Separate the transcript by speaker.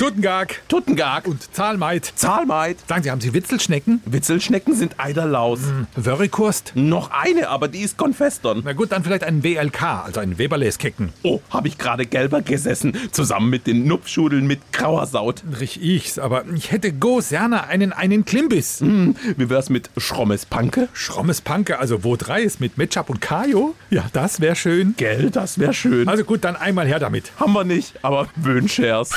Speaker 1: Stuttgart
Speaker 2: Tuttengag
Speaker 1: und Zahlmeid.
Speaker 2: Zahlmeid.
Speaker 1: Sagen Sie, haben Sie Witzelschnecken?
Speaker 2: Witzelschnecken sind Eiderlaus.
Speaker 1: Mhm. Wörrewurst?
Speaker 2: Noch eine, aber die ist Konfestern.
Speaker 1: Na gut, dann vielleicht einen WLK, also einen Weberläskecken.
Speaker 2: Oh, habe ich gerade gelber gesessen, zusammen mit den Nupfschudeln mit grauer Saut.
Speaker 1: Rich ich's, aber ich hätte go serner einen, einen Klimbis.
Speaker 2: Hm, wie wär's mit Schrommes Panke?
Speaker 1: Schrommes Panke, also wo drei ist mit Matchup und Kajo? Ja, das wäre schön.
Speaker 2: Gell, das wär schön.
Speaker 1: Also gut, dann einmal her damit.
Speaker 2: Haben wir nicht, aber wünsch er's.